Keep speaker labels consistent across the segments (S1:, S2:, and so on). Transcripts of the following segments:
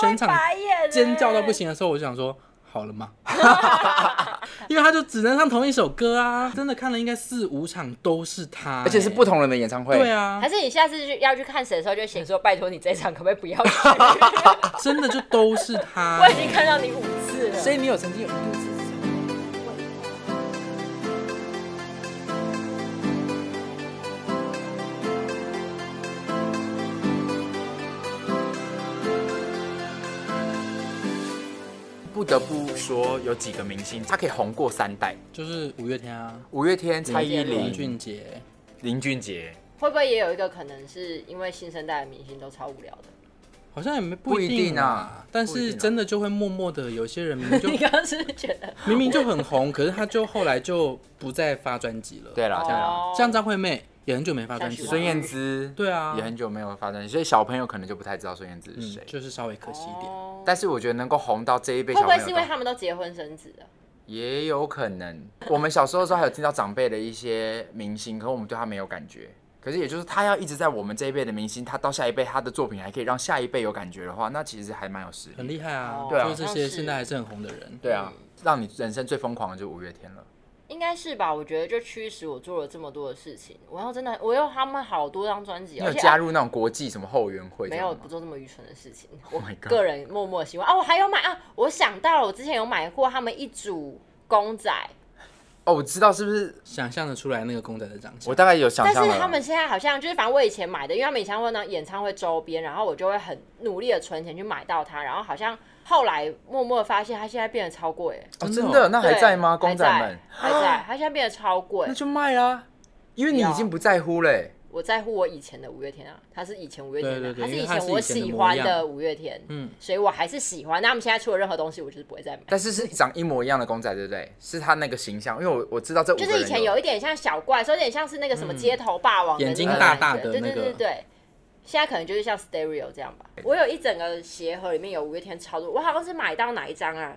S1: 全场
S2: 白眼
S1: 尖叫到不行的时候，我就想说，好了嘛， 因为他就只能唱同一首歌啊，真的看了应该四五场都是他、欸
S3: 而且是不同人的演唱会。
S1: 对啊
S2: 还，是你下次去要去看谁的时候，就写说拜托你这一场可不可以不要去？
S1: 真的就都是 他
S2: 我。已经看到你五次了。
S3: 所以你有曾经有一度只是不得不说，有几个明星他可以红过三代，
S1: 就是五月天啊，
S3: 五月天、蔡依
S1: 林
S3: 林、
S1: 俊杰，
S3: 林俊杰，
S2: 会不会也有一个可能是因为新生代的明星都超无聊的？
S1: 好像也没
S3: 不一
S1: 一
S3: 定啊
S1: 啊，但
S3: 不一
S1: 是
S3: 定啊
S1: 真的就会默默的，有些人明明就
S2: 你刚刚是不是觉得？
S1: 明明就很红，可是他就后来就不再发专辑了。
S3: 对啦啊对啦，
S2: 哦
S1: 像张惠妹也很久没发专辑
S2: 像
S1: 了，
S3: 孙燕姿，
S1: 对啊
S3: 也很久没有发展，所以小朋友可能就不太知道孙燕姿是
S1: 嗯
S3: 谁，。
S1: 就是稍微可惜一点。
S2: 哦
S3: 但是我觉得能够红到这一辈
S2: 会
S3: 小
S2: 不
S3: 朋
S2: 会
S3: 友
S2: 是因
S3: 都
S2: 为他们都结婚生子了？
S3: 也有可能。我们小时候的时候还有听到长辈的一些明星，可我们对他没有感觉。可是也就是他要一直在我们这一辈的明星，他到下一辈他的作品还可以让下一辈有感觉的话，那其实还蛮有实
S1: 很
S3: 力。
S1: 厉害啊
S2: 哦！
S3: 对啊
S1: 就是这些现在还是很红的人。
S3: 对啊，让你人生最疯狂的就是五月天了。
S2: 应该是吧，我觉得就驱使我做了这么多的事情。我要真的，我有他们好多张专辑，
S3: 你有
S2: 而且啊
S3: 加入那种国际什么后援会这
S2: 没
S3: 样吗？Oh
S2: 有不做这么愚蠢的事情。我
S3: my god
S2: 个人默默喜欢啊，我还有买啊，我想到了，我之前有买过他们一组公仔，
S3: 哦，我知道是不是？
S1: 想象的出来那个公仔的长
S3: 我
S1: 相，
S3: 大概有想
S2: 但
S3: 象
S2: 是
S3: 了。
S2: 他们现在好像就是，反正我以前买的，因为他们以前会那种演唱会周边，然后我就会很努力的存钱去买到它，然后好像后来默默地发现它现在变得超贵、欸，
S3: 哦，
S1: 真的
S3: 真
S1: 哦
S3: 的那还
S2: 对
S3: 在吗？公仔们，
S2: 还在，还 在，它现在变得超贵
S3: 那。就卖啦，因为你
S2: 不要
S3: 已经不在乎嘞、欸
S2: 我在乎我以前的五月天啊，它是以前五月天
S1: 对
S2: 的、
S1: 对对因为
S2: 它
S1: 它
S2: 是
S1: 是
S2: 以前我
S1: 以前的
S2: 喜
S1: 模
S2: 欢
S1: 样
S2: 的五月天，
S1: 嗯
S2: 所以我还是喜欢。那他们现在出了任何东西，我就是不会再买。
S3: 但是是长一模一样的公仔，对不对？是他那个形象，因为我我知道这五个
S2: 就
S3: 人
S2: 是以前有一点像小怪兽，有点像是那个什么街头霸王的
S1: 嗯
S2: 那
S1: 眼睛
S2: 种
S1: 大大
S2: 感觉
S1: 的
S2: 对
S1: 那
S2: 对
S1: 个
S2: 对对对。现在可能就是像 Stereo 这样吧。我有一整个鞋盒，里面有五月天超多，我好像是买到哪一张啊？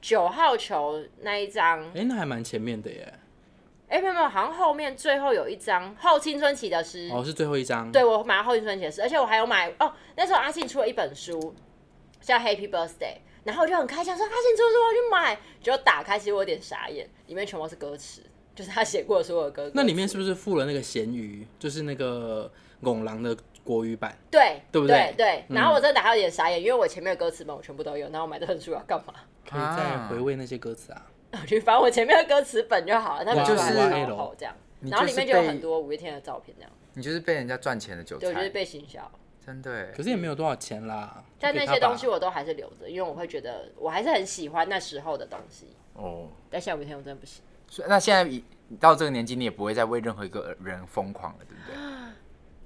S2: 九号球那一张，
S1: 哎、那还蛮前面的耶。
S2: 哎、没有没有，好像后面最后有一张《后青春期的诗》
S1: 哦，是最后一张。
S2: 嗯对，我买到后青春期的诗，而且我还有买哦，那时候阿信出了一本书叫《Happy Birthday》，然后我就很开心，想说阿信出书我要去买，结果打开，其实我有点傻眼，里面全部都是歌词，就是他写过的所有歌歌词。
S1: 那里面是不是附了那个咸鱼，就是那个拱狼的国语版？
S2: 对，
S1: 对不
S2: 对
S1: 对？
S2: 对。
S1: 嗯
S2: 然后我真的打开有点傻眼，因为我前面的歌词本我全部都有，然后我买这本书要干嘛？
S1: 可以再回味那些歌词啊。
S2: 我去 翻我前面的歌词本就好了，那本书
S3: 就是
S2: 还超厚这样。
S3: 你
S2: 然后里
S3: 就是
S2: 面就有
S3: 被
S2: 很多五月天的照片，这样
S3: 你就是被人家赚钱的韭
S2: 对，我就是
S3: 菜，
S2: 被行销。
S3: 真的耶。
S1: 可是也没有多少钱啦。
S2: 啊但
S1: 就
S2: 那
S1: 给
S2: 些
S1: 他吧
S2: 东西我都还是留着，因为我会觉得我还是很喜欢那时候的东西。
S3: 哦，
S2: 但现在五月天我真的不行，
S3: 所以那现在已到这个年纪，你也不会再为任何一个人疯狂了，对不对？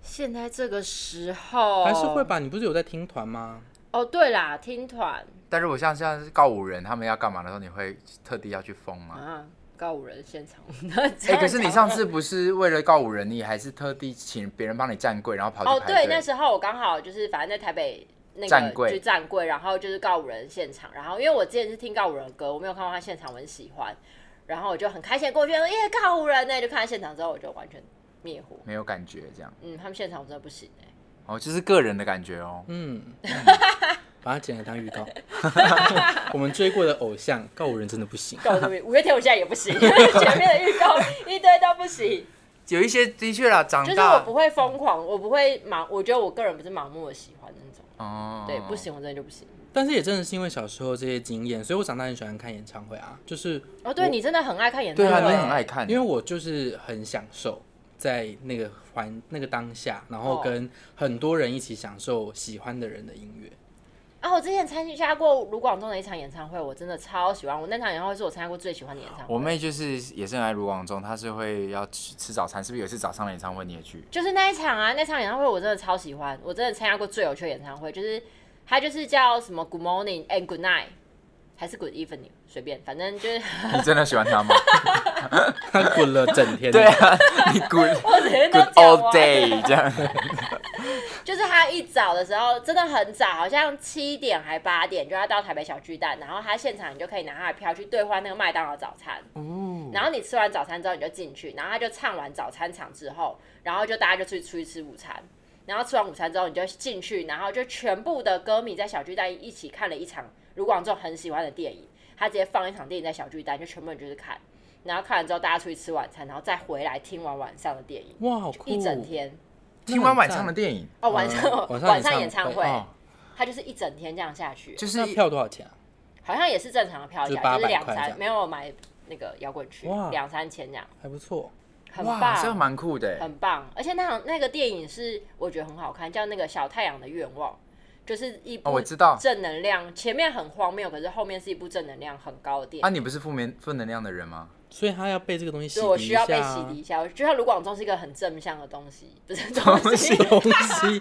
S2: 现在这个时候
S1: 还是会吧？你不是有在听团吗？
S2: 哦，对啦，听团
S3: 但如果像像是告五人他们要干嘛的时候，你会特地要去疯吗？
S2: 啊，告五人现场。
S3: 哎、
S2: 哎
S3: 可是你上次不是为了告五人，你还是特地请别人帮你站柜，然后跑
S2: 哦，
S3: 去排
S2: 对，
S3: 队。
S2: 那时候我刚好就是反正在台北那个
S3: 站柜
S2: 去站柜，然后就是告五人现场，然后因为我之前是听告五人的歌，我没有看过他现场，我很喜欢，然后我就很开心地过去说耶告五人呢，欸就看他现场之后我就完全灭火，
S3: 没有感觉这样，
S2: 嗯，他们现场我真的不行 哎、
S3: 哦，就是个人的感觉哦。
S1: 嗯， 把它剪来当预告。 我们追过的偶像告五人真的不行。
S2: 告五人五月天我现在也不行，因为前面的预告一堆都不行，
S3: 有一些的确啦，长
S2: 就是我
S3: 大
S2: 不会疯狂，我不会盲，我觉得我个人不是盲目的喜欢那种，
S3: 哦，
S2: 对，不。行我真的就不行。
S1: 但是也真的是因为小时候这些经验，所以我长大很喜欢看演唱会啊。就是
S2: 哦，对你真的很爱看演唱
S3: 对
S2: 会，欸
S3: 啊，你很爱看，
S1: 因为我就是很享受在那个环那个当下，然
S2: 哦
S1: 后跟很多人一起享受喜欢的人的音 乐。
S2: 啊，我之前参加过卢广仲的一场演唱会，我真的超喜欢。我那场演唱会是我参加过最喜欢的演唱会，
S3: 我妹就是也是很爱卢广仲，她是会要吃吃早餐，是不是有一次早上的演唱会你也去？
S2: 就是那一场啊，那场演唱会我真的超喜欢，我真的参加过最有趣的演唱会，就是它就是叫什么 Good Morning and Good Night，还是 Good Evening，随便，反正就是
S3: 你真的喜欢他吗？
S1: 他滚了整天，
S3: 对啊，你 good
S2: 我啊整天都
S3: good
S2: 讲
S3: all
S2: 完
S3: day 这样。
S2: 就是他一早的时候真的很早，好像七点还八点就要到台北小巨蛋，然后他现场你就可以拿他的票去兑换那个麦当劳早餐。然后你吃完早餐之后你就进去，然后他就唱完早餐场之后，然后就大家就去出去吃午餐。然后吃完午餐之后，你就进去，然后就全部的歌迷在小巨蛋一起看了一场卢广仲很喜欢的电影。他直接放一场电影在小巨蛋，就全部人就是看，然后看完之后大家出去吃晚餐，然后再回来听完晚上的电影，
S1: 哇，好酷！哦
S2: 一整天
S3: 听完晚上的电影，
S2: 哦，晚上、
S1: 呃晚上
S2: 晚上
S1: 演
S2: 演唱
S1: 唱
S2: 会
S1: 会
S3: 哦，
S2: 他就是一整天这样下去，
S3: 就是
S1: 那票多少钱啊？
S2: 好像也是正常的票
S1: 就是
S2: 价，就是
S1: 800
S2: 两
S1: 块这
S2: 三
S1: 样
S2: 没有买那个摇滚区
S1: 哇，
S2: 两三千这样，
S1: 还不错，
S2: 很
S3: 哇，这
S2: 棒，
S3: 蛮酷的欸。
S2: 很棒。而且那场那个电影是我觉得很好看，叫那个《小太阳的愿望》，就是一
S3: 哦，
S2: 部
S3: 我知道
S2: 正能量，前面很荒谬，可是后面是一部正能量很高的电影
S3: 啊，。你不是负面负能量的人吗？
S1: 所以他要被这个东西洗
S2: 所以
S1: 涤
S2: 我
S1: 一
S2: 需
S1: 下啊。
S2: 要被洗涤一下。我就像卢广仲是一个很正向的东西，不是
S3: 东
S2: 东
S3: 西
S2: 西，
S1: 东西，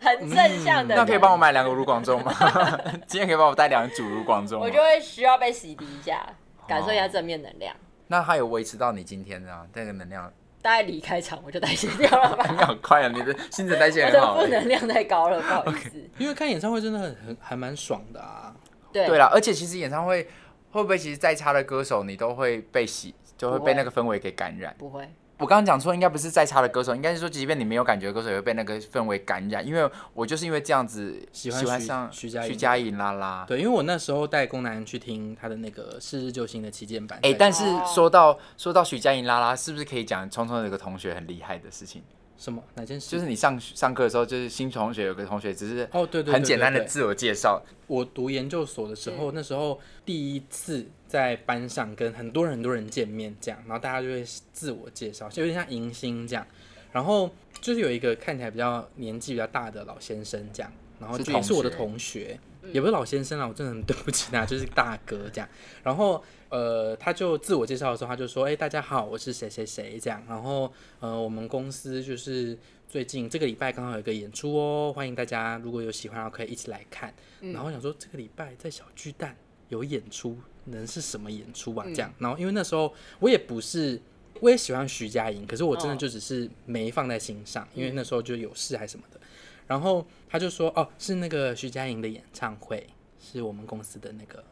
S2: 很正向的、
S3: 嗯那可以帮我？买两个卢广仲吗？ 今天可以帮我带两组卢广仲吗
S2: 我？就会需要被洗涤一下，感受一下正面能量。
S3: 那他有维持到你今天的啊那个能量，
S2: 大概离开场我就代谢掉 了吧，
S3: 你好快啊！你的新陈代谢
S2: 我
S3: 很
S2: 的
S3: 好
S2: 负
S3: 欸。
S2: 能量太高了，不好意思。
S1: 因为看演唱会真的很很还蛮爽的啊。
S2: 对
S3: 对啦，而且其实演唱会会不会其实再差的歌手，你都会被洗，就会
S2: 不
S3: 被
S2: 会
S3: 那个氛围给感染。
S2: 不会，
S3: 我刚刚讲错，应该不是再差的歌手，应该是说，即便你没有感觉的歌手，也会被那个氛围感染。因为我就是因为这样子
S1: 喜欢徐
S3: 上
S1: 徐佳莹
S3: 徐佳莹啦啦。
S1: 对，因为我那时候带宫南去听他的那个《是日救星》的旗舰版。
S3: 哎、但是
S2: 哦
S3: 说到说到徐佳莹啦啦，是不是可以讲聪聪有个同学很厉害的事情？
S1: 什么哪件事？
S3: 就是你上上课的时候，就是新同学有个同学，只是
S1: 哦，对对对
S3: 很简单
S1: 对
S3: 的
S1: 对
S3: 自我介绍，
S1: 我读研究所的时候，那时候第一次在班上跟很多人很多人见面，这样，然后大家就会自我介绍，就有点像迎新这样。然后就是有一个看起来比较年纪比较大的老先生这样，然后
S3: 是
S1: 就
S3: 同
S1: 也是我的
S3: 学
S1: 同学，也不是老先生啦，我真的很对不起他，就是大哥这样。然后呃，他就自我介绍的时候，他就说：“哎、大家好，我是谁谁谁这样。”然后呃，我们公司就是最近这个礼拜刚好有一个演出哦，欢迎大家如果有喜欢的话可以一起来看。然后我想说这个礼拜在小巨蛋有演出，能是什么演出啊？这样，然后因为那时候我也不是。我也喜欢徐佳莹，可是我真的
S2: 哦
S1: 就只是没放在心上，因为那时候就有事还什么的。然后他就说：“哦，是那个徐佳莹的演唱会，是我们公司的那个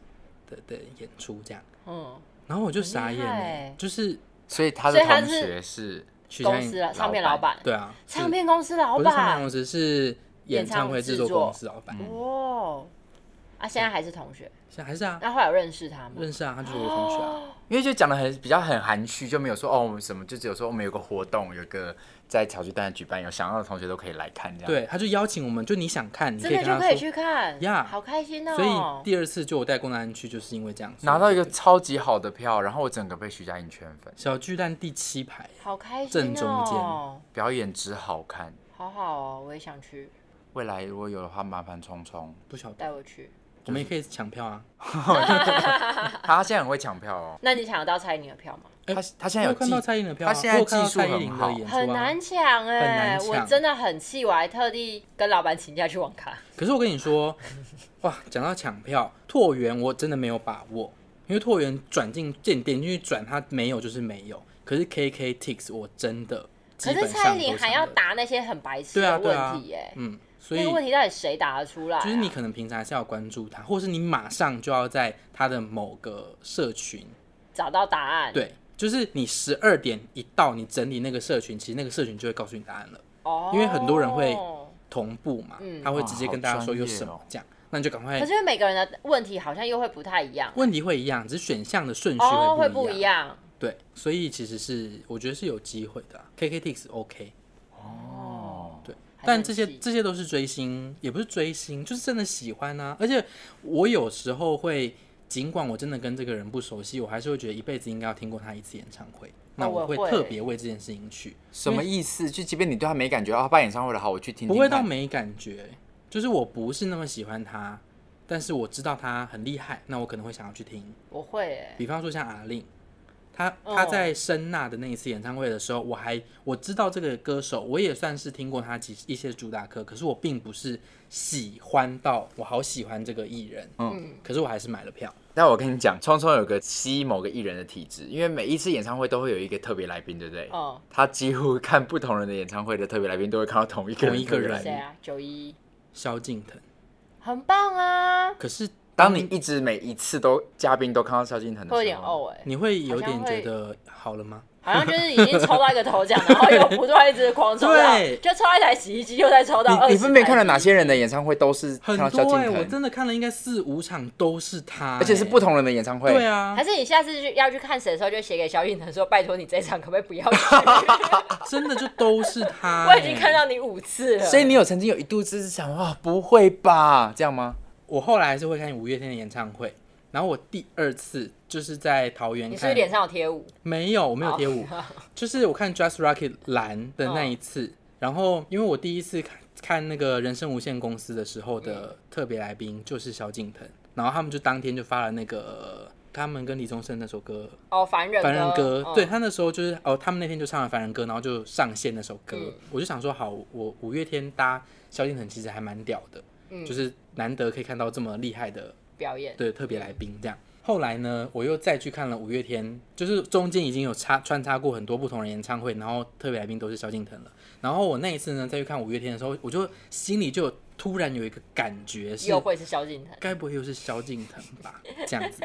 S1: 的的演出这样。”
S2: 嗯，
S1: 然后我就傻眼
S2: 很厉害
S1: 哎、
S2: 欸
S1: 就是
S3: 所以他
S2: 所
S3: 的
S2: 以他
S3: 同学是
S1: 许佳
S2: 公
S1: 莹
S2: 司啊，唱片老板，
S1: 对啊，是
S2: 唱片公司老
S1: 不是唱片
S2: 板，
S1: 公司是演唱会制作公司老板，
S2: 哦，啊，现在还是同学。
S1: 是还是啊，
S2: 那后来有认识他吗？
S1: 认识啊，他就是我的同学
S2: 哦
S1: 啊，
S3: 因为就讲的很比较很含蓄，就没有说哦我们什么，就只有说我们有个活动，有个在小巨蛋举办，有想要的同学都可以来看这样。，
S1: 对，他就邀请我们，就你想看，你
S2: 真
S1: 以
S2: 的
S1: 跟
S2: 就
S1: 他
S2: 可以
S1: 说。
S2: 去看，
S1: 呀
S2: 好开心哦！
S1: 所以第二次就我带宫南安去，就是因为这样
S3: 拿到一个
S1: 所以
S3: 超级好的票，然后我整个被徐佳莹圈粉，
S1: 小巨蛋第七排，
S2: 好开心、哦，
S1: 正中间
S3: 表演之好看。
S2: 好好哦，我也想去，
S3: 未来如果有的话，麻烦 聪聪，
S1: 不晓得
S2: 带我去。
S1: 我们也可以抢票啊。
S3: 他现在很会抢票哦，
S2: 那你抢得到蔡依林的票吗？
S1: 哎
S3: 他他现
S1: 我有
S3: 在有技
S1: 看到，蔡依林的票啊，
S3: 他现在
S1: 我有看到
S3: 技术
S1: 蔡依
S3: 很
S1: 林
S3: 好
S1: 的演
S2: 很
S1: 出啊
S2: 难。抢
S1: 很
S2: 哎、
S1: 难抢
S2: 我真的很气，我还特地跟老板请假去网咖。
S1: 可是我跟你说，哇，讲到抢票，拓元我真的没有把握，因为拓元转进点点进去转，它没有就是没有。可是 KK Tix 我真的基
S2: 可
S1: 本
S2: 是
S1: 上
S2: 蔡依林
S1: 都
S2: 还
S1: 抢
S2: 要
S1: 得
S2: 答那些很白痴
S1: 对啊
S2: 的
S1: 对
S2: 问
S1: 啊
S2: 题哎、
S1: 嗯，所以
S2: 那个问题到底谁答得出来啊、
S1: 就是你可能平常还是要关注他，或是你马上就要在他的某个社群，
S2: 找到答案。
S1: 对，就是你十二点一到，你整理那个社群，其实那个社群就会告诉你答案了，
S2: 哦，
S1: 因为很多人会同步嘛，他会直接
S3: 哇
S1: 跟大家
S3: 好
S1: 说有
S3: 专业
S1: 什么、
S3: 哦
S1: 这样，那你就赶快
S2: 嗯可是因为每个人的问题好像又会不太一样，
S1: 问题会一样，只是选项的顺序
S2: 哦，
S1: 会
S2: 会不一
S1: 样。
S2: 样。
S1: 对，所以其实是我觉得是有机会的、啊、，KKTix OK。
S3: 哦，
S1: 对，
S2: 还
S1: 但
S2: 是
S1: 这些
S2: 很细
S1: 这些都是追星，也不是追星，就是真的喜欢啊。而且我有时候会，尽管我真的跟这个人不熟悉，我还是会觉得一辈子应该要听过他一次演唱会。那
S2: 我
S1: 我会
S2: 会
S1: 特别为这件事情去，
S3: 什么意思？就即便你对他没感觉，哦，他办演唱会的好，我去听听看。
S1: 不会到没感觉，就是我不是那么喜欢他，但是我知道他很厉害，那我可能会想要去听。
S2: 我会、欸，
S1: 比方说像阿令，他
S2: 哦
S1: 他在声呐的那一次演唱会的时候，我还我知道这个歌手，我也算是听过他几一些主打歌，可是我并不是喜欢到我好喜欢这个艺人，嗯，可是我还是买了票，
S3: 但我跟你讲，聪聪有个吸某个艺人的体质，因为每一次演唱会都会有一个特别来宾，对不
S1: 哦
S3: 对？
S2: 嗯，
S3: 他几乎看不同人的演唱会的特别来宾，都会看到同一个人
S2: 啊
S1: 同一个人
S3: 特别来
S2: 谁
S3: 宾
S2: 啊？九一，
S1: 萧敬腾。
S2: 很棒啊！
S1: 可是
S3: 当你一直每一次都嘉宾都看到萧敬
S1: 啊
S3: 腾的时
S2: 会
S3: 候，
S2: 有点呕哎、
S1: 你会有点
S2: 好像
S1: 觉
S2: 会
S1: 得好了吗？
S2: 好像就是已经抽到一个头奖，然后又不断一直狂抽到
S1: 对，
S2: 就抽到一台洗衣机，又再抽到二
S3: 你
S2: 十。
S3: 你分别看了哪？些人的演唱会都是
S1: 很
S3: 看到萧
S1: 多
S3: 敬
S1: 哎、我
S3: 腾，
S1: 真的看了应该四五场都是他、欸
S3: 而且是不同欸人的演唱会。
S1: 对啊
S2: 还，是你下次去要去看谁的时候，就写给萧敬腾说：“拜托你这一场可不可以不 要去？
S1: 真的就都 是他、欸
S2: 我已经看
S1: 到，
S2: 到你五次
S1: 啊
S2: 了。”
S3: 所以你有曾经有一度就是想哇，不会吧？这样吗？
S1: 我后来还是会看五月天的演唱会。然后我第二次就是在桃园
S2: 你是不
S1: 看
S2: 是，脸上有贴舞？
S1: 没有，我
S2: 哦
S1: 没有贴 舞，就是我看 Just Rocket 蓝的那一次，然后因为我第一次看看那个人生无限公司的时候的特别来宾就是萧敬腾，然后他们就当天就发了那个他们跟李宗盛那首歌
S2: 哦，凡人
S1: 《凡人歌
S2: 歌，》
S1: 对
S2: 嗯
S1: 他那时候就是哦，他们那天就唱了《凡人歌》，然后就上线那首歌，
S2: 嗯
S1: 我就想说好，我五月天搭萧敬腾其实还蛮屌的，
S2: 嗯
S1: 就是难得可以看到这么厉害的
S2: 表演。
S1: 对特别来宾这样。后来呢，我又再去看了五月天，就是中间已经有插穿插过很多不同的演唱会，然后特别来宾都是萧敬腾了。然后我那一次呢，再去看五月天的时候，我就心里就有突然有一个感觉是，
S2: 又会是萧敬腾，
S1: 该不会又是萧敬腾吧？这样子，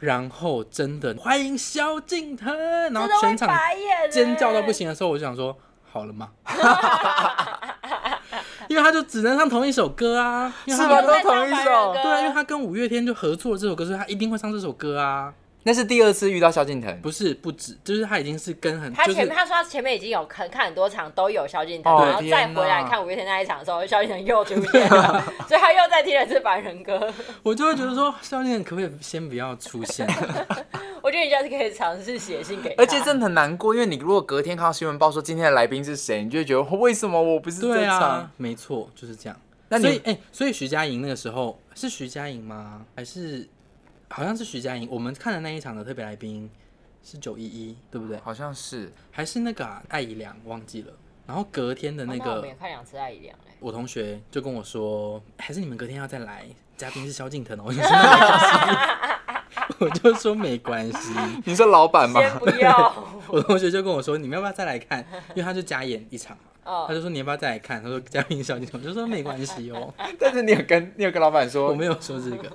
S1: 然后真的欢迎萧敬腾，然后
S2: 真的会
S1: 全场
S2: 白眼欸
S1: 尖叫到不。行的时候，我就想说，好了吗？ 因为他就只能唱同一首歌啊，因为
S3: 是
S1: 他
S3: 吗？
S1: 们
S3: 都同
S2: 在唱凡
S3: 一
S2: 人
S3: 首
S2: 歌，
S1: 对啊，因为他跟五月天就合作了这首歌，所以他一定会唱这首歌啊。
S3: 那是第二次遇到萧敬腾。
S1: 不是不止，就是他已经是跟很
S2: 他
S1: 就
S2: 前面
S1: 是
S2: 他说他前面已经有看看很多场都有萧敬腾，
S3: 哦
S2: 然后再回来
S3: 天哪
S2: 看五月天那一场的时候，萧敬腾又出现 了，所以他又再听了一次《凡人歌》。
S1: 我就会觉得说，萧敬腾可不可以先不要出 现？
S2: 我觉得你下次可以尝试写信给他，
S3: 而且
S1: 啊
S3: 真的很难过，因为你如果隔天看到新闻报说今天的来宾是谁，你就会觉得为什么我不是
S1: 对
S3: 这场？
S1: 啊，没错，就是这样。
S3: 那你
S1: 所以哎、所以徐佳莹那个时候是徐佳莹吗？还是好像是徐佳莹？我们看的那一场的特别来宾是九一一，对不对？
S3: 好像是
S1: 还是那个、啊、艾怡良忘记了。然后隔天的
S2: 哦
S1: 那
S2: 那我
S1: 个，
S2: 们也看两次爱一亮哎，
S1: 我同学就跟我说，还是你们隔天要再来，嘉宾是萧敬腾哦。我就说没关系， 我就说没关系。
S3: 你说老板吗？
S2: 先不要，
S1: 我同学就跟我说，你们要不要再来看？因为他就加演一场嘛，他
S2: 哦，
S1: 就说你要不要再来看？他说嘉宾是萧敬腾，我就说没关系 哦。
S3: 但是你有跟你有跟老板
S1: 我
S3: 说，
S1: 没有说这个，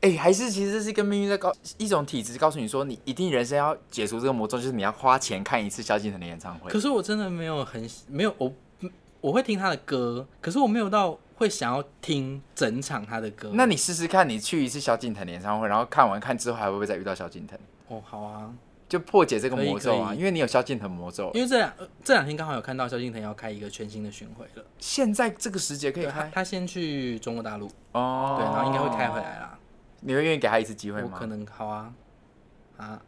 S3: 哎、还是其实这是跟命运在告一种体质，告诉你说你一定人生要解除这个魔咒，就是你要花钱看一次萧敬腾的演唱会
S1: 可。是我真的没有很没有我我会听他的歌，可是我没有到会想要听整场他的歌。
S3: 那你试试看，你去一次萧敬腾的演唱会，然后看完看之后还会不会再遇到萧敬腾，
S1: 哦好啊，
S3: 就破解这个魔咒
S1: 可
S3: 啊？
S1: 以可以
S3: 因为你有萧敬腾魔咒，
S1: 因为这两呃这两天刚好有看到萧敬腾要开一个全新的巡回了，
S3: 现在这个时节可以
S1: 对他
S3: 开
S1: 他先去中国大陆。
S3: 哦
S1: 对，然后应该会开回。来啦。
S3: 你会愿意给他一次机会
S1: 我
S3: 哦吗
S1: 可？能好啊， 啊，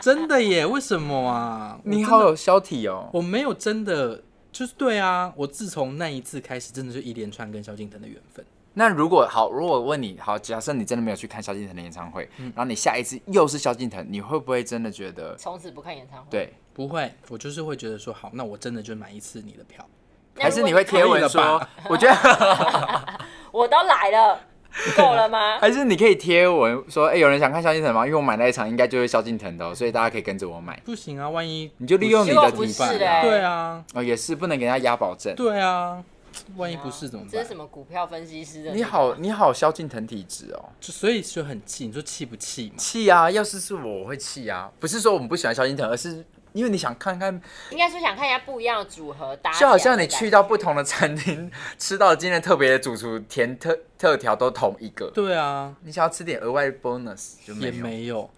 S1: 真的耶？为什么啊？我
S3: 你
S1: 真
S3: 好
S1: 的，
S3: 有消体哦。
S1: 我没有真的，就是对啊。我自从那一次开始，真的就一连串跟萧敬腾的缘分。
S3: 那如果好，如果我问你好，假设你真的没有去看萧敬腾的演唱会，
S1: 嗯
S3: 然后你下一次又是萧敬腾，你会不会真的 觉得
S2: 从此不看演唱会。
S3: 对？
S1: 不会，我就是会觉得说，好，那我真的就买一次你的票。
S2: 那
S3: 还
S2: 如
S3: 是
S2: 果
S3: 你会贴文
S1: 可以了
S3: 说，我觉得
S2: 我都来了，够了吗？
S3: 还是你可以贴文说，哎、有人想看萧敬腾吗？因为我买那一场应该就是萧敬腾的、哦，所以大家可以跟着我买。
S1: 不行啊，万一
S3: 你就利用你
S2: 结果
S3: 的
S2: 不
S3: 底
S2: 是
S3: 板、
S2: 欸
S1: 对啊，
S3: 哦，也是不能给人家压保证。
S1: 对啊， 万一不是怎么
S2: 这
S1: 办
S2: 是？什么股票分析师的？
S3: 你，好，你好，萧敬腾体质哦，
S1: 就所以就很气，你说气不气嘛？
S3: 气啊！要是是我，我会气啊。不是说我们不喜欢萧敬腾，而是因为你想看看
S2: 应该说想看一下不一样的组合搭起来的感觉。
S3: 就好像你去到不同的餐厅， 吃到今天特别的主厨甜特特调都同一个，
S1: 对啊，
S3: 你想要吃点额外 bonus 就没
S1: 也
S3: 有。
S1: 没有。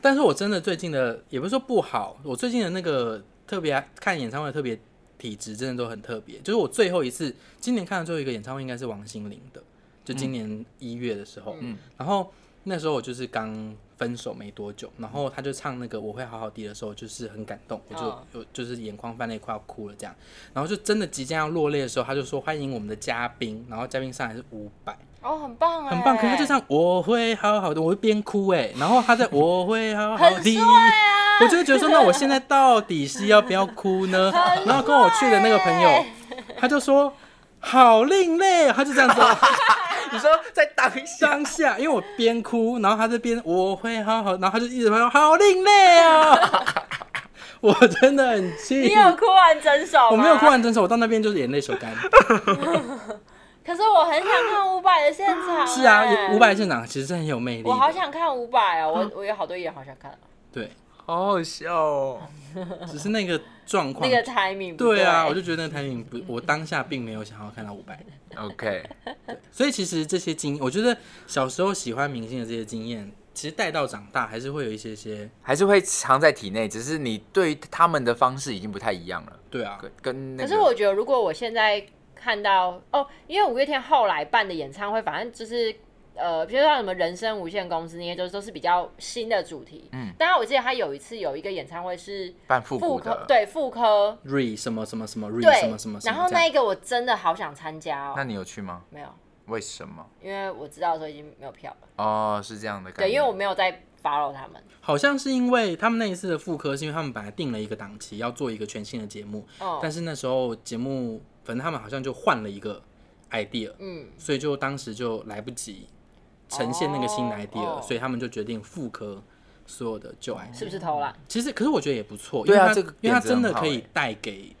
S1: 但是我真的最近的也不是说不好，我最近的那个特别看演唱会的特别体质真的都很特别。就是我最后一次今年看的最后一个演唱会应该是王心凌的，就
S3: 嗯
S1: 今年一月的时候，
S2: 嗯
S1: 然后那时候我就是刚分手没多久，然后他就唱那个我会好好的的时候，就是很感动，我就
S2: 哦
S1: 有、就是眼眶泛泪，快要哭了这样。然后就真的即将要落泪的时候，他就说欢迎我们的嘉宾，然后嘉宾上来是伍佰。
S2: 哦，很棒哎，
S1: 很棒。可是他就唱我会好好的，我会边哭哎，然后他在我会好好
S2: 很帅
S1: 的，
S2: 啊，
S1: 我就会觉得说，那我现在到底是要不要哭呢？然后跟我去的那个朋友，他就说好另类，他就这样子哦
S3: 你说在当下，
S1: 当下，因为我边哭，然后他这边我会好好，然后他就一直说好另类啊， 我真的很气
S2: 你。有哭完整首吗？
S1: 我没有哭，完整首，我到那边就是眼泪手干。
S2: 可是我很想看伍佰的现场、
S1: 是啊，
S2: 哎
S1: 伍佰现场其实是很有魅力的。
S2: 我好想看伍佰哦，我我有好多艺人好想看哦，
S1: 对，
S3: 好好笑哦。
S1: 只是那个状况
S2: 那个 timing 不
S1: 对啊，我就觉得那个 timing 不，我当下并没有想要看到伍佰，
S3: OK，
S1: 所以其实这些经，我觉得小时候喜欢明星的这些经验，其实带到长大还是会有一些些，
S3: 还是会藏在体内，只是你对他们的方式已经不太一样了，
S1: 对啊，
S3: 跟跟那
S2: 可
S3: 个。
S2: 是我觉得，如果我现在看到哦，因为五月天后来办的演唱会，反正就是呃，比如说像什么人生无限公司那些，就是都是比较新的主题。
S3: 嗯
S2: 当然我记得他有一次有一个演唱会是
S3: 办复古
S2: 科
S3: 的，，
S2: 对妇科，
S1: re 什么什么什么 re
S2: 对
S1: 什么什么什么这样，
S2: 然后那一个我真的好想参加
S3: 那
S2: 哦，
S3: 你有去吗？
S2: 没有，
S3: 为什么？
S2: 因为我知道的时候已经没有票了。
S3: 哦，是这样的感
S2: 对，
S3: 觉。
S2: 因为我没有在 follow 他们。
S1: 好像是因为他们那一次的复刻，是因为他们本来定了一个档期，要做一个全新的节目，
S2: 哦，
S1: 但是那时候节目，反正他们好像就换了一个 idea，
S2: 嗯，
S1: 所以就当时就来不及呈现那个新的
S2: 哦
S1: idea，、
S2: 哦
S1: 所以他们就决定复刻所有的旧 idea。
S2: 是不是偷懒？
S1: 其实，可是我觉得也不错，因
S3: 对
S1: 为
S3: 啊
S1: 它
S3: 这个
S1: 因为它
S3: 点子
S1: 真的
S3: 很好
S1: 可以
S3: 欸
S1: 带给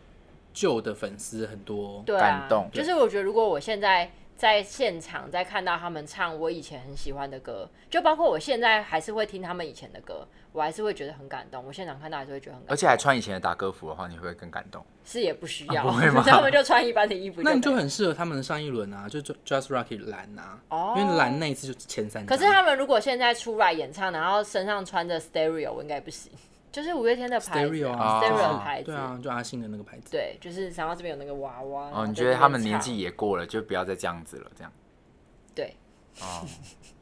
S1: 旧的粉丝很多。
S2: 对、啊，
S3: 感动
S2: 就是我觉得，如果我现在在现场再看到他们唱我以前很喜欢的歌，就包括我现在还是会听他们以前的歌，我还是会觉得很感动。我现场看到还是会觉得很感
S3: 而
S1: 呃
S2: 动，
S3: 且还穿以前的打歌服的话，你会不会更感动？
S2: 是也不需要，
S3: 啊不会吗
S2: 他们就穿一般的衣服。
S1: 那你
S2: 就
S1: 就
S2: 可以
S1: 很适合他们的上一轮啊，就 Ju- Just Rocket 蓝啊，
S2: 哦
S1: 因为蓝那一次就前三
S2: 可
S1: 张。
S2: 是他们如果现在出来演唱，然后身上穿着 Stereo，我应该不行。 就是五月天的牌子
S1: Stereo 啊
S3: 哦
S1: 就是
S2: Stereo 的牌子，
S1: 对啊，就阿信的那个牌子。
S2: 对就是然后这边有那个娃娃。然后
S3: 哦，你
S2: 在
S3: 觉得
S2: 那
S3: 他们
S2: 边
S3: 年
S2: 唱
S3: 纪也过了，就不要再这样子了，这样。
S2: 对，
S3: 哦，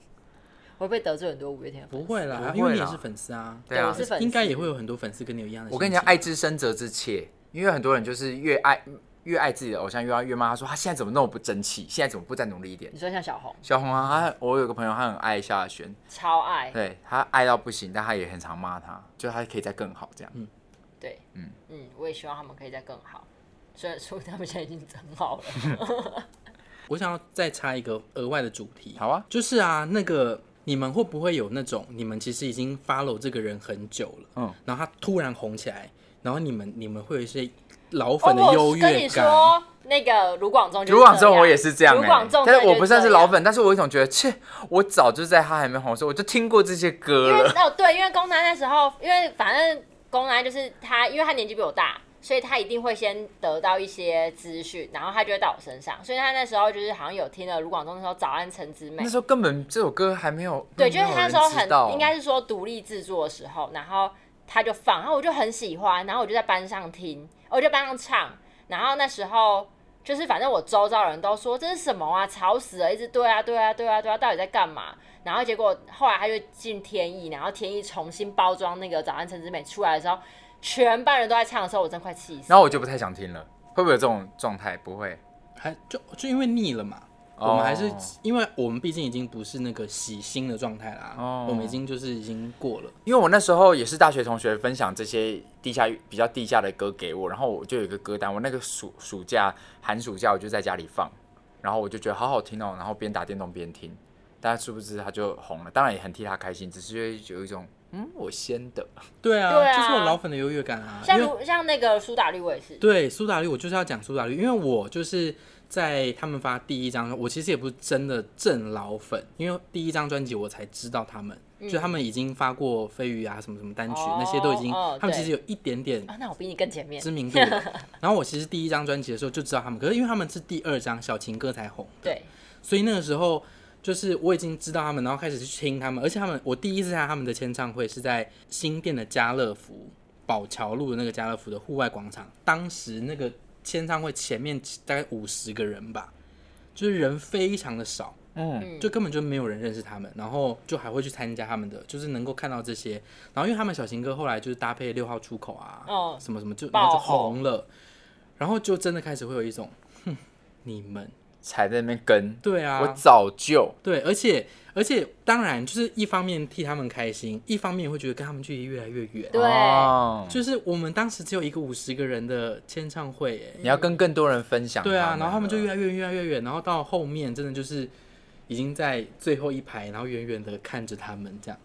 S2: 我会不会得罪很多五月天的粉
S1: 不
S2: 丝？
S1: 会啦，
S3: 不会
S1: 因为你也
S3: 啦
S1: 是粉丝啊，
S3: 对啊
S2: 我是粉丝
S1: 应该也会有很多粉丝跟你有一样的心情。
S3: 我跟你讲，爱之深则之切，因为很多人就是越爱越爱自己的偶像，越爱越骂他说他现在怎么那么不争气，现在怎么不再努力一点
S2: 你。说像小红，
S3: 小红啊，他我有个朋友，他很爱萧亚轩，
S2: 超爱。
S3: 对他爱到不行，但他也很常骂他，就他可以再更好这样。
S2: 对，嗯
S3: 嗯
S2: 我也希望他们可以再更好。虽然说他们现在已经很好 了，
S1: 我想要再插一个额外的主题，
S3: 好啊，
S1: 就是啊，那个你们会不会有那种，你们其实已经 follow 这个人很久了，
S3: 嗯，
S1: 然后他突然红起来，然后你们你们会有一些老
S2: 哦
S1: 粉的优
S2: 我跟
S1: 越
S2: 你
S1: 感。
S2: 说，那个卢广仲就是
S3: 卢广
S2: 这
S3: 仲
S2: 样
S3: 我也是这样、
S2: 卢
S3: 欸
S2: 广仲，
S3: 但是我不
S2: 算
S3: 算是老。粉，但是我有一种觉得，切，我早就在他还没红的时候，我就听过这些歌
S2: 因为
S3: 了。
S2: 哦，对，因为龚南那时候，因为反正龚南就是他，因为他年纪比我大，所以他一定会先得到一些资讯，然后他就会到我身上。所以他那时候就是好像有听了卢广仲那时候《早安陈之美
S3: 那》时，候根本这首歌还没有，
S2: 对，就是
S3: 没有
S2: 他那
S3: 人
S2: 时候
S3: 知道
S2: 很应该是说独立制作的时候，然后他就放，然后我就很喜欢，然后我就在班上听，我就在班上唱，然后那时候就是反正我周遭的人都说这是什么啊，吵死了，一直对啊对啊对啊对啊，到底在干嘛？然后结果后来他就进天意，然后天意重新包装那个《早安陈之美》出来的时候，全班人都在唱的时候，我真快气死。
S3: 然后我就不太想听了，会不会有这种状态？不会，
S1: 还就就因为腻了嘛。
S3: 哦
S1: 我们还是因为我们毕竟已经不是那个喜新的状态啦，
S3: 哦
S1: 我们已经就是已经过了。
S3: 因为我那时候也是大学同学分享这些地下比较地下的歌给我，然后我就有一个歌单，我那个暑暑假寒暑假我就在家里放，然后我就觉得好好听哦，然后边打电动边听，但殊不知他就红了，当然也很替他开心，只是就有一种嗯我先的，
S1: 对啊，
S2: 对啊
S1: 就是有老粉的优越感啊。
S2: 像
S1: 因为
S2: 如像那个苏打绿，我也是，
S1: 对苏打绿，我就是要讲苏打绿，因为我就是在他们发第一张，我其实也不是真的正老粉，因为第一张专辑我才知道他们，就他们已经发过飞鱼啊什么什么单曲，
S2: 嗯哦
S1: 那些都已经，
S2: 哦
S1: 他们
S2: 对
S1: 其实有一点点
S2: 啊，那我比你更前面
S1: 知。名度 了。然后我其实第一张专辑的时候就知道他们，可是因为他们是第二张小情歌才红，
S2: 对，
S1: 所以那个时候就是我已经知道他们，然后开始去听他们，而且他们我第一次看他们的签唱会是在新店的家乐福宝桥路的那个家乐福的户外广场，当时那个签唱会前面大概五十个人吧，就是人非常的少。
S3: 嗯，
S2: 嗯
S1: 就根本就没有人认识他们，然后就还会去参加他们的，就是能够看到这些。然后因为他们小情歌后来就是搭配六号出口啊，
S2: 哦
S1: 什么什么就然后
S2: 爆
S1: 就
S2: 红
S1: 红了，然后就真的开始会有一种，哼，你们
S3: 才在那边跟，
S1: 对啊，
S3: 我早就
S1: 对，而且而且当然就是一方面替他们开心，一方面会觉得跟他们距离越来越远。
S2: 对
S3: 哦
S1: 就是我们当时只有一个五十个人的签唱会，哎，
S3: 你要跟更多人分享，
S1: 对啊，然后他们就越来越远越来越远，然后到后面真的就是已经在最后一排，然后远远的看着他们这样，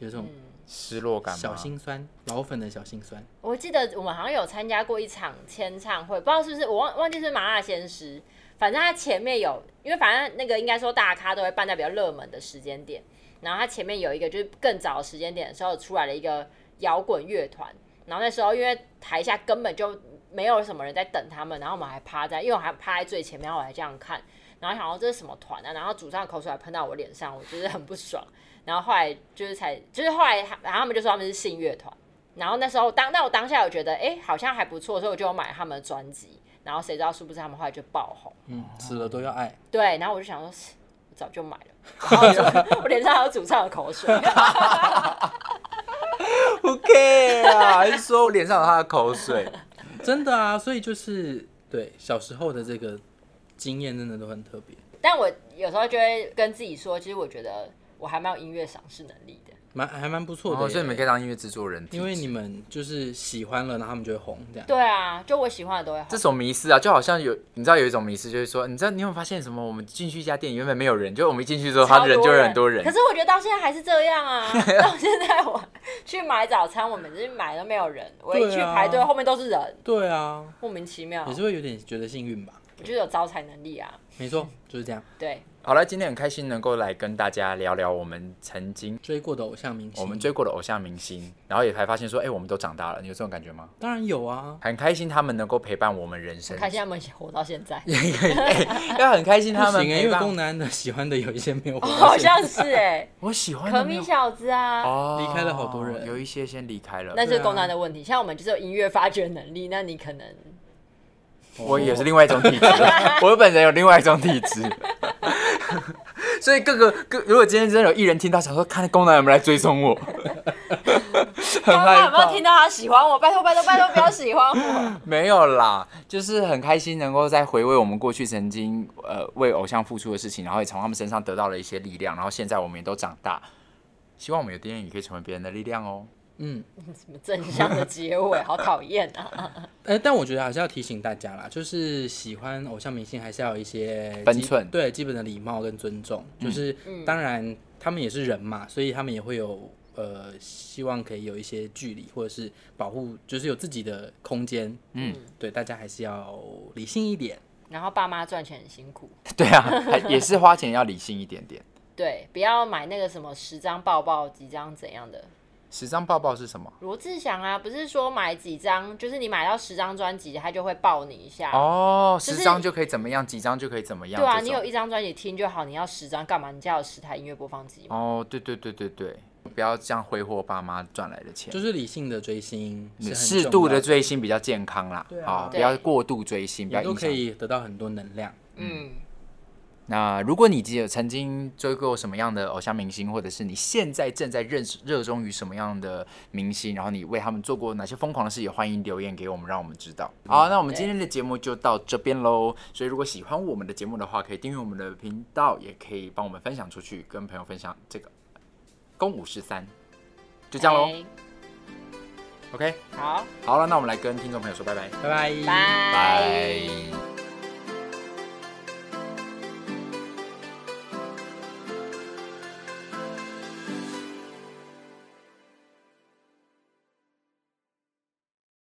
S1: 有这种
S3: 失落感吗，
S1: 小心酸，老粉的小心酸。
S2: 我记得我们好像有参加过一场签唱会，不知道是不是我忘忘记是麻辣鲜师，反正它前面有，因为反正那个应该说大咖都会办在比较热门的时间点，然后它前面有一个就是更早的时间点的时候出来了一个摇滚乐团，然后那时候因为台下根本就没有什么人在等他们，然后我们还趴在，因为我还趴在最前面，然后我还这样看，然后想说这是什么团啊，然后主唱的口水还喷到我脸上，我就是很不爽，然后后来就是才就是后来他然后他们就说他们是信乐团。然后那时候当，那我当下有觉得，哎，好像还不错，所以我就有买他们的专辑。然后谁知道是不是他们后来就爆红？
S1: 嗯，死了都要爱。
S2: 对，然后我就想说，嘶我早就买了，然后我就 我脸上还有主唱的口水。
S3: OK 啊，还是说我脸上有他的口 水？
S1: 真的啊，所以就是对小时候的这个经验真的都很特别，
S2: 但我有时候就会跟自己说，其实我觉得我还蛮有音乐赏识能力的。
S1: 蛮还蛮不错的耶、
S3: 哦，所以你们可以当音乐制作人，
S1: 因为你们就是喜欢了，然后他们就会红这样。
S2: 对啊，就我喜欢的都会红
S3: 这。种迷失啊，就好像有你知道有一种迷失，就是说，嗯你知道你有没有发现什么？我们进去一家店，原本没有人，就我们一进去之后，
S2: 超
S3: 他人就会很多人
S2: 可。是我觉得到现在还是这样啊！到现在我去买早餐，我每次买都没有人，我一去
S1: 对啊
S2: 排队后面都是人，
S1: 对啊，
S2: 莫名其妙
S1: 也。是会有点觉得幸运吧。
S2: 我就是有招财能力啊，
S1: 没错，就是这样。
S2: 对。
S3: 好了，今天很开心能够来跟大家聊聊我们曾经
S1: 追过的偶像明星，
S3: 我们追过的偶像明星，然后也才发现说，哎、我们都长大了，你有这种感觉吗？
S1: 当然有啊，
S3: 很开心他们能够陪伴我们人生，
S2: 开心他们活到现在，
S3: 要很开心
S1: 不
S3: 他们
S1: 行欸因
S3: 陪
S1: 为
S3: 伴。
S1: 东南的喜欢的有一些没有活
S2: 好
S1: 到现在，
S2: 像是 哎、
S3: 我喜欢
S2: 可
S3: 的没
S2: 米
S3: 哦有
S2: 小子啊，
S3: 哦
S1: 离开了好多人
S3: 有一些先离开了。
S2: 那是
S1: 对啊
S2: 公男的问题。像我们就是有音乐发掘能力，那你可能
S3: 我也是另外一种体质，我本人有另外一种体质。 所以各个各，如果今天真的有艺人听到，想说看工男有没有来追踪我，很
S2: 刚
S3: 害
S2: 刚有没
S3: 怕
S2: 有。听到他喜欢我？拜托拜托拜托，不要喜 欢我。
S3: 没有啦，就是很开心能够再回味我们过去曾经呃为偶像付出的事情，然后也从他们身上得到了一些力量，然后现在我们也都长大，希望我们有天也可以成为别人的力量哦。
S1: 嗯，
S2: 什么正向的结尾，好讨厌啊！
S1: 哎、但我觉得还是要提醒大家啦，就是喜欢偶像明星还是要有一些基
S3: 分寸
S1: 对基本的礼貌跟尊重。就是、当然他们也是人嘛，所以他们也会有呃希望可以有一些距离，或者是保护，就是有自己的空间。嗯，对，大家还是要理性一点。
S2: 然后爸妈赚钱很辛苦，
S3: 对啊，还也是花钱要理性一点点。
S2: 对，不要买那个什么十张抱抱几张怎样的。
S3: 十张抱抱是什么？
S2: 罗志祥啊，不是说买几张，就是你买到十张专辑，他就会抱你一下。
S3: 哦，
S2: 就是
S3: 十张就可以怎么样，几张就可以怎么样。
S2: 对啊，
S3: 这
S2: 你
S3: 种
S2: 有一张专辑听就好，你要十张干嘛？你家有十台音乐播放机吗？
S3: 哦，对对对对对，不要这样挥霍爸妈赚来的钱，
S1: 就是理性的追星是很
S3: 适
S1: 重
S3: 度
S1: 要
S3: 的追星比较健康啦。
S1: 对啊
S3: 好不
S2: 对
S3: 要过度追星，不要
S1: 也都
S3: 影
S1: 可
S3: 响。
S1: 以得到很多能量。
S2: 嗯
S3: 那如果你只有曾经追过什么样的偶像明星，或者是你现在正在认识热衷于什么样的明星，然后你为他们做过哪些疯狂的事，也欢迎留言给我们，让我们知道。好，那我们今天的节目就到这边喽。所以如果喜欢我们的节目的话，可以订阅我们的频道，也可以帮我们分享出去，跟朋友分享这个《公五十三》，就这样喽。
S2: 哎
S3: OK，
S2: 好，
S3: 好了，那我们来跟听众朋友说拜拜，
S1: 拜拜，
S2: 嗯拜。
S3: 拜。